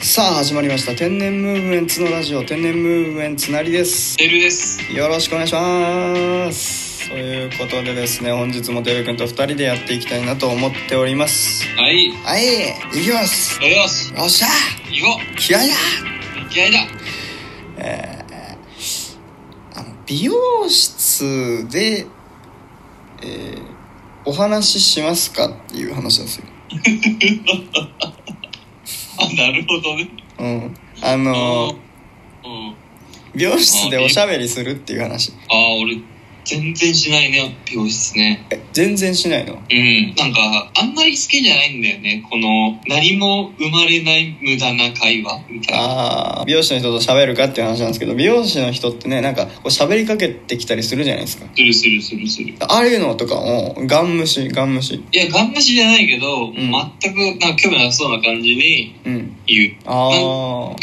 さあ始まりました天然ムーブメンツのラジオ天然ムーブメンツなりですてるです。よろしくお願いしますということでですね本日もデブ君と2人でやっていきたいなと思っておりますはい。はい行きますやります。よっしゃ行こ気合だう。気合いだ。 あの美容室で、えーお話ししますかっていう話なんですよあ、なるほどね。うんあのうん。美容室でおしゃべりするっていう話ああ、俺、全然しないね、美容室ね。え全然しないのうん。なんか、あんまり好きじゃないんだよね。この、何も生まれない無駄な会話みたいな。あー美容師の人と喋るかっていう話なんですけど美容師の人ってねなんかこう喋りかけてきたりするじゃないですかするするするする。ああいうのとかもガン虫ガン虫いや、ガン無視じゃないけど、ん全く、なんか興味なさそうな感じにうん言う。ああ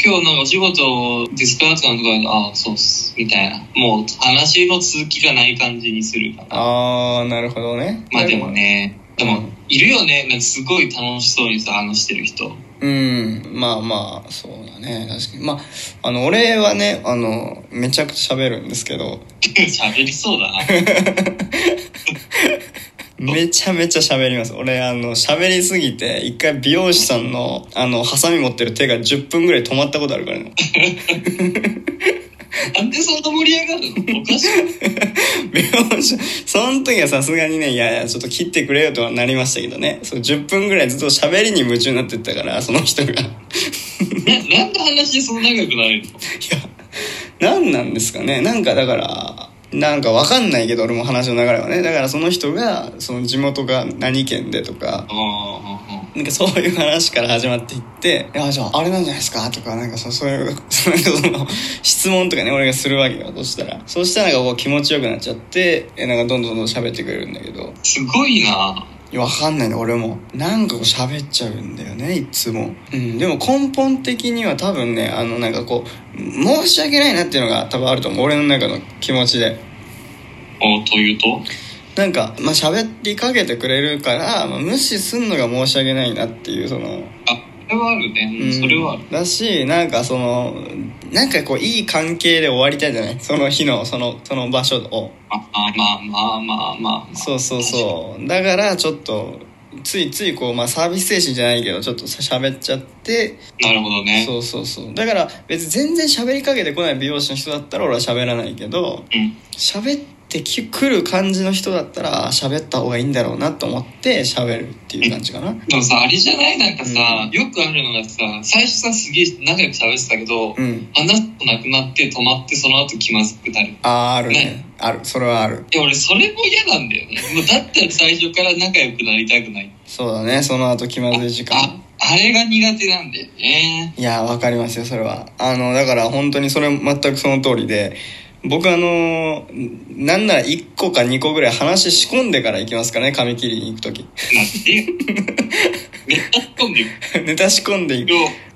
今日なんかお仕事ですかとか、ああ、そうっす。みたいな。もう、話の続きがない感じにするかな。あーなるほどねまあでもね、でうもん、いるよね、なんかすごい楽しそうにさ、話してる人。 うんまあまあそうだね確かにまああの俺はねあのめちゃくちゃ喋るんですけど喋りそう だな。うん。めちゃめちゃ喋ります俺あの喋りすぎて一回美容師さんのあのハサミ持ってる手が10分ぐらい止まったことあるからねなんでそんな盛り上がるのおかしい。 美容師その時はさすがにねいやいやちょっと切ってくれよとはなりましたけどねそう10分ぐらいずっと喋りに夢中になってったからその人が い な、なんで話そんな長くなやるの何なんですかねなんかだからなんかわかんないけど俺も話の流れはねだからその人がその地元が何県でとかあなんかそういう話から始まっていって、いや、じゃああれなんじゃないですかとか、なんかそうそういう、なんかその、質問とかね、俺がするわけよ、そしたら。そうしたらなんかこう気持ちよくなっちゃって、えなんかどんどんどんどん喋ってくれるんだけど、あ、すごいな。いやわかんないの、俺も。なんかこう喋っちゃうんだよね、いつも。うん、でも根本的には多分ね、あのなんかこう、申し訳ないなっていうのが多分あると思う、俺の中の気持ちで。おというとなんか、まあ、喋りかけてくれるから、まあ、無視すんのが申し訳ないなっていう、その、あ、それはあるね。うんそれはある。だしなんかそのなんかこういい関係で終わりたいじゃないその日のそのその場所をああまあまあまあまあまあ。そうそうそうだからちょっとついついこう、まあ、サービス精神じゃないけどちょっと喋っちゃってなるほどね。そうそうそうだから別に全然喋りかけてこない美容師の人だったら俺は喋らないけどうん。喋ってきくる感じの人だったらあ喋った方がいいんだろうなと思って喋るっていう感じかなでもさ、あれじゃないなんかさ、うんよくあるのがさ、最初さ、すげえ仲良く喋ってたけど、うん話すとなくなって止まって、その後気まずくなる。あーあるねあるそれはあるいや俺それも嫌なんだよねもうだったら最初から仲良くなりたくないそうだねその後気まずい時間ああれが苦手なんだよねいやわかりますよそれはあのだから本当にそれ全くその通りで僕あのなんなら1個か2個ぐらい話仕込んでから行きますからね髪切りに行く時 なんていうめっちゃ突っ込んでいくネタ仕込んでい今日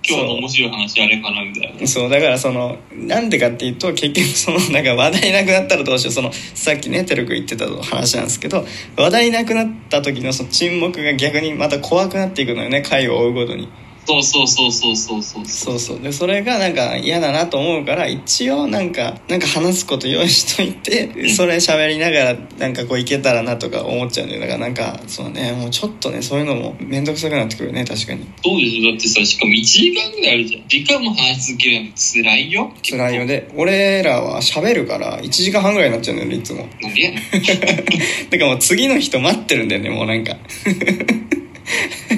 今日の面白い話あれかなみたいなくそうだからそのなんでかっていうと結局そのなんか話題なくなったらどうしようそのさっきねてるくん言ってた話なんですけど話題なくなった時のその沈黙が逆にまた怖くなっていくのよね回を追うごとにそうそうそうそうそうそうそうそうそうでそれがなんか嫌だなと思うから一応なんかなんか話すこと用意しといてそれ喋りながらなんかこういけたらなとか思っちゃうんだよだからなんかそうねもうちょっとねそういうのも面倒くさくなってくるね確かにそうでしょだってさしかも1時間ぐらいあるじゃん時間も話し続けるのつらいよ辛いよで俺らは喋るから1時間半ぐらいになっちゃうんだよねいつもなんでやねんだからもう次の人待ってるんだよねもうなんか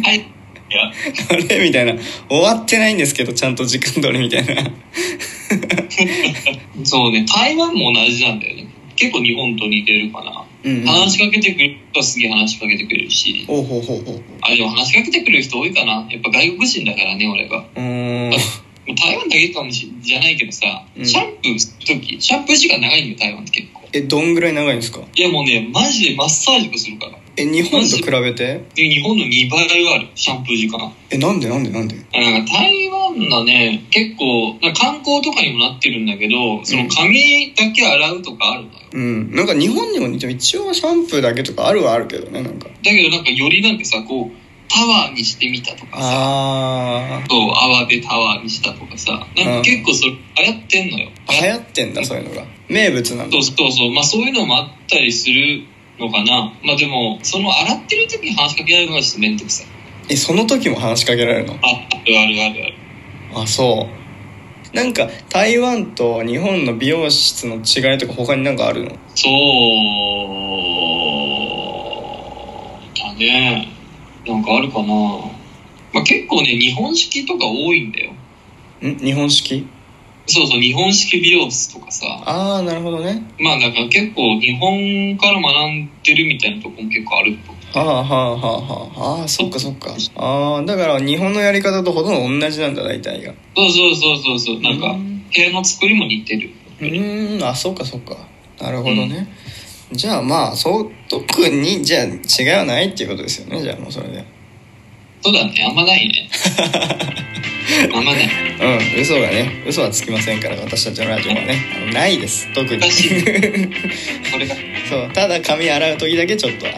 はいいやあれみたいな終わってないんですけどちゃんと時間通りみたいなそうね台湾も同じなんだよね結構日本と似てるかな、うん、うん、話しかけてくれる人はすげえ話しかけてくれるしおうほうほうほうあ、でも話しかけてくる人多いかな。やっぱ外国人だからね、俺が。うーんもう台湾だけかもしじゃないけどさ、うんシャンプーするとき、シャンプー時間長いんよ、台湾って結構。えどんぐらい長いんですかいやもうね、マジでマッサージとかするから。え日本と比べてで、日本の2倍はある、シャンプー時間。えなんでなんでなんでなんか台湾のね、結構、なんか観光とかにもなってるんだけど、その髪だけ洗うとかあるのよ。うん、なんか日本にも一応シャンプーだけとかあるはあるけどねなんかだけどなんかよりなんかさ、こう、タワーにしてみたとかさ、あそう、泡でタワーにしたとかさ、なんか結構それ流行ってんのよ。あ流行ってんだそういうのが名物なんだそうそうそう、まあそういうのもあったりするのかな。まあでも、その洗ってる時に話しかけられるのがちょっとめんどくさい。えその時も話しかけられるのあ、あるあるあるある。あそうなんか台湾と日本の美容室の違いとか他になんかあるのそう、だね。なんかあるかな。まあ結構ね、日本式とか多いんだよ。ん日本式そうそう、日本式美容室とかさ。ああなるほどねまあだから結構日本から学んでるみたいなとこも結構あるっぽくてはあはあはあはああーそっかそっかああだから日本のやり方とほとんど同じなんだ大体がそうそうそうそうそうなんかう部屋の作りも似てるーんあそっかそっかなるほどね、じゃあまあそう特にじゃあ違いはないっていうことですよねじゃあもうそれでそうだねあんまないねあんまないうん嘘がね嘘はつきませんから私たちのラジオはねあのないです特におかしいこれが そうただ髪洗う時だけちょっとあの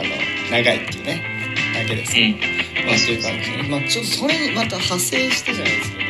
長いっていうねだけです、うんまあそういう感じまあちょっとそれにまた派生してじゃないですけど